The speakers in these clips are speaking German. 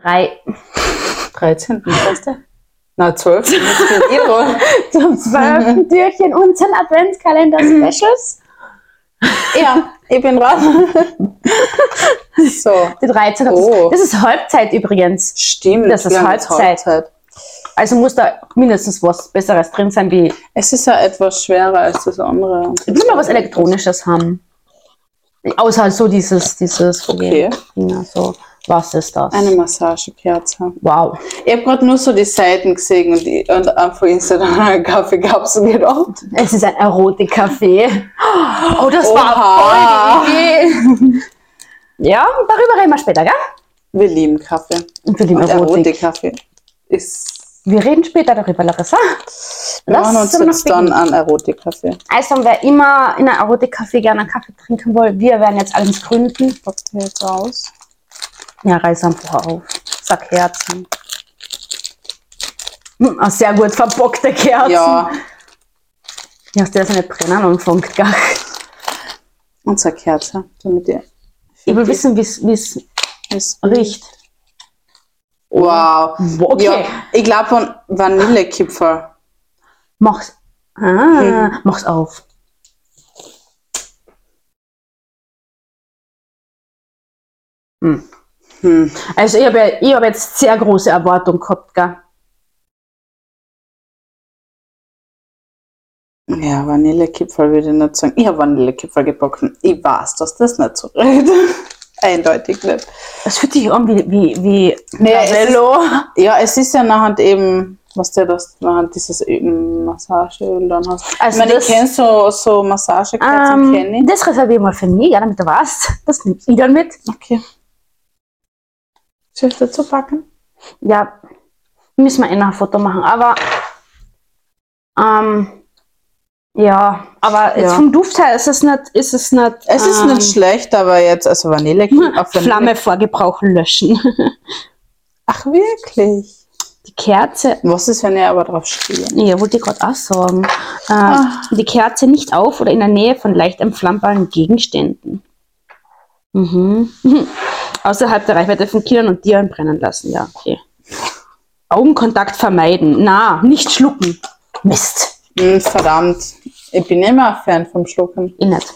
drei, 13. Feste? Na, 12. Das geht ihr wohl. zum zwölften Türchen unseren Mhm. Adventskalender-Specials. Ja, ich bin dran. so, Die 13. Oh. Das ist Halbzeit übrigens. stimmt. Das ist wir haben Halbzeit. Also muss da mindestens was Besseres drin sein, wie Es ist ja etwas schwerer als das andere. Ich will mal was Elektronisches haben. Außer halt so dieses, dieses Okay. Dinger, so. Was ist das? Eine Massagekerze. wow. Ich habe gerade nur so die Seiten gesehen und, die, und auf Instagram einen Kaffee gab es gedacht. Es ist ein Erotik-Café. Oh, das Oha. war voll die Idee. Ja, darüber reden wir später, gell? Wir lieben Kaffee. Und wir lieben Und Erotik. Erotik-Kaffee ist. Wir reden später darüber, Larissa. Wir Lass machen uns uns noch jetzt dann an Erotik-Kaffee. Also, wer immer in einem Erotik-Café gerne einen Kaffee trinken will, wir werden jetzt alles gründen. Packt mir jetzt raus. Ja, reiß einfach auf. Sack Herzen. Hm, ah, sehr gut verbockte Kerzen. Ja, Ja, hast du das nicht brennen und funkt gar. unsere Kerze, damit ihr Ich will wissen, wie es es riecht. Wow. Hm. Okay. Ja, ich glaube von Vanillekipferl. Mach's. Ah, Hm. mach's auf. Hm. Hm. Also ich habe ja, ich hab jetzt sehr große Erwartungen gehabt, gell? Ja, Vanillekipferl würde ich nicht sagen. Ich habe Vanillekipferl gebacken. Ich weiß, dass das nicht so redet. Eindeutig nicht. Das fühlt sich an wie, wie, wie Nee, Lavello. Ja, es ist ja nachher eben, was du das, nachher dieses Ö- Massageöl dann hast. Also ich meine, das- ich kenn so, so Massagekerzen, Ähm, kenn ich. das reserviere ich mal für mich, ja, damit du weißt. Das nehme ich dann mit. Okay. Soll ich dazu packen? Ja, müssen wir eh noch ein Foto machen. Aber ähm, ja, aber jetzt Ja. vom Duft her ist es nicht, ist es nicht. Es ist ähm, nicht schlecht, aber jetzt, also Vanillekipferl. auf Vanille- Flamme vor Gebrauch löschen. Ach, wirklich? Die Kerze, Was ist, wenn ihr aber drauf steht? nee, wollte ich gerade auch sagen. Äh, Ah. Die Kerze nicht auf oder in der Nähe von leicht entflammbaren Gegenständen. Mhm. Außerhalb der Reichweite von Kindern und Tieren brennen lassen, ja, okay. Augenkontakt vermeiden. Na, nicht schlucken. Mist. Hm, verdammt. Ich bin immer ein Fan vom Schlucken. Ich nicht.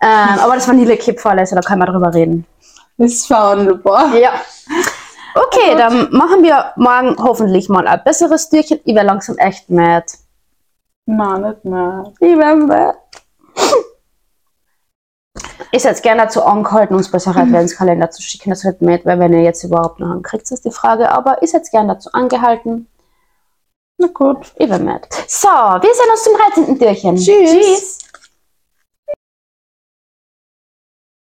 Ähm, aber das Vanillekipferl, also da kann man drüber reden. Ist verhandelbar. Ja. Okay, dann machen wir morgen hoffentlich mal ein besseres Türchen. Ich wäre langsam echt mad. Nein, nicht mehr. Ich wäre mad. Ist jetzt gerne dazu angehalten, uns bessere Adventskalender zu schicken. Das wird mad, weil wenn ihr jetzt überhaupt noch einen kriegt, ist die Frage. Aber ist jetzt gerne dazu angehalten. Na gut. Ich wäre mad. So, wir sehen uns zum 13. Türchen. Tschüss. Tschüss.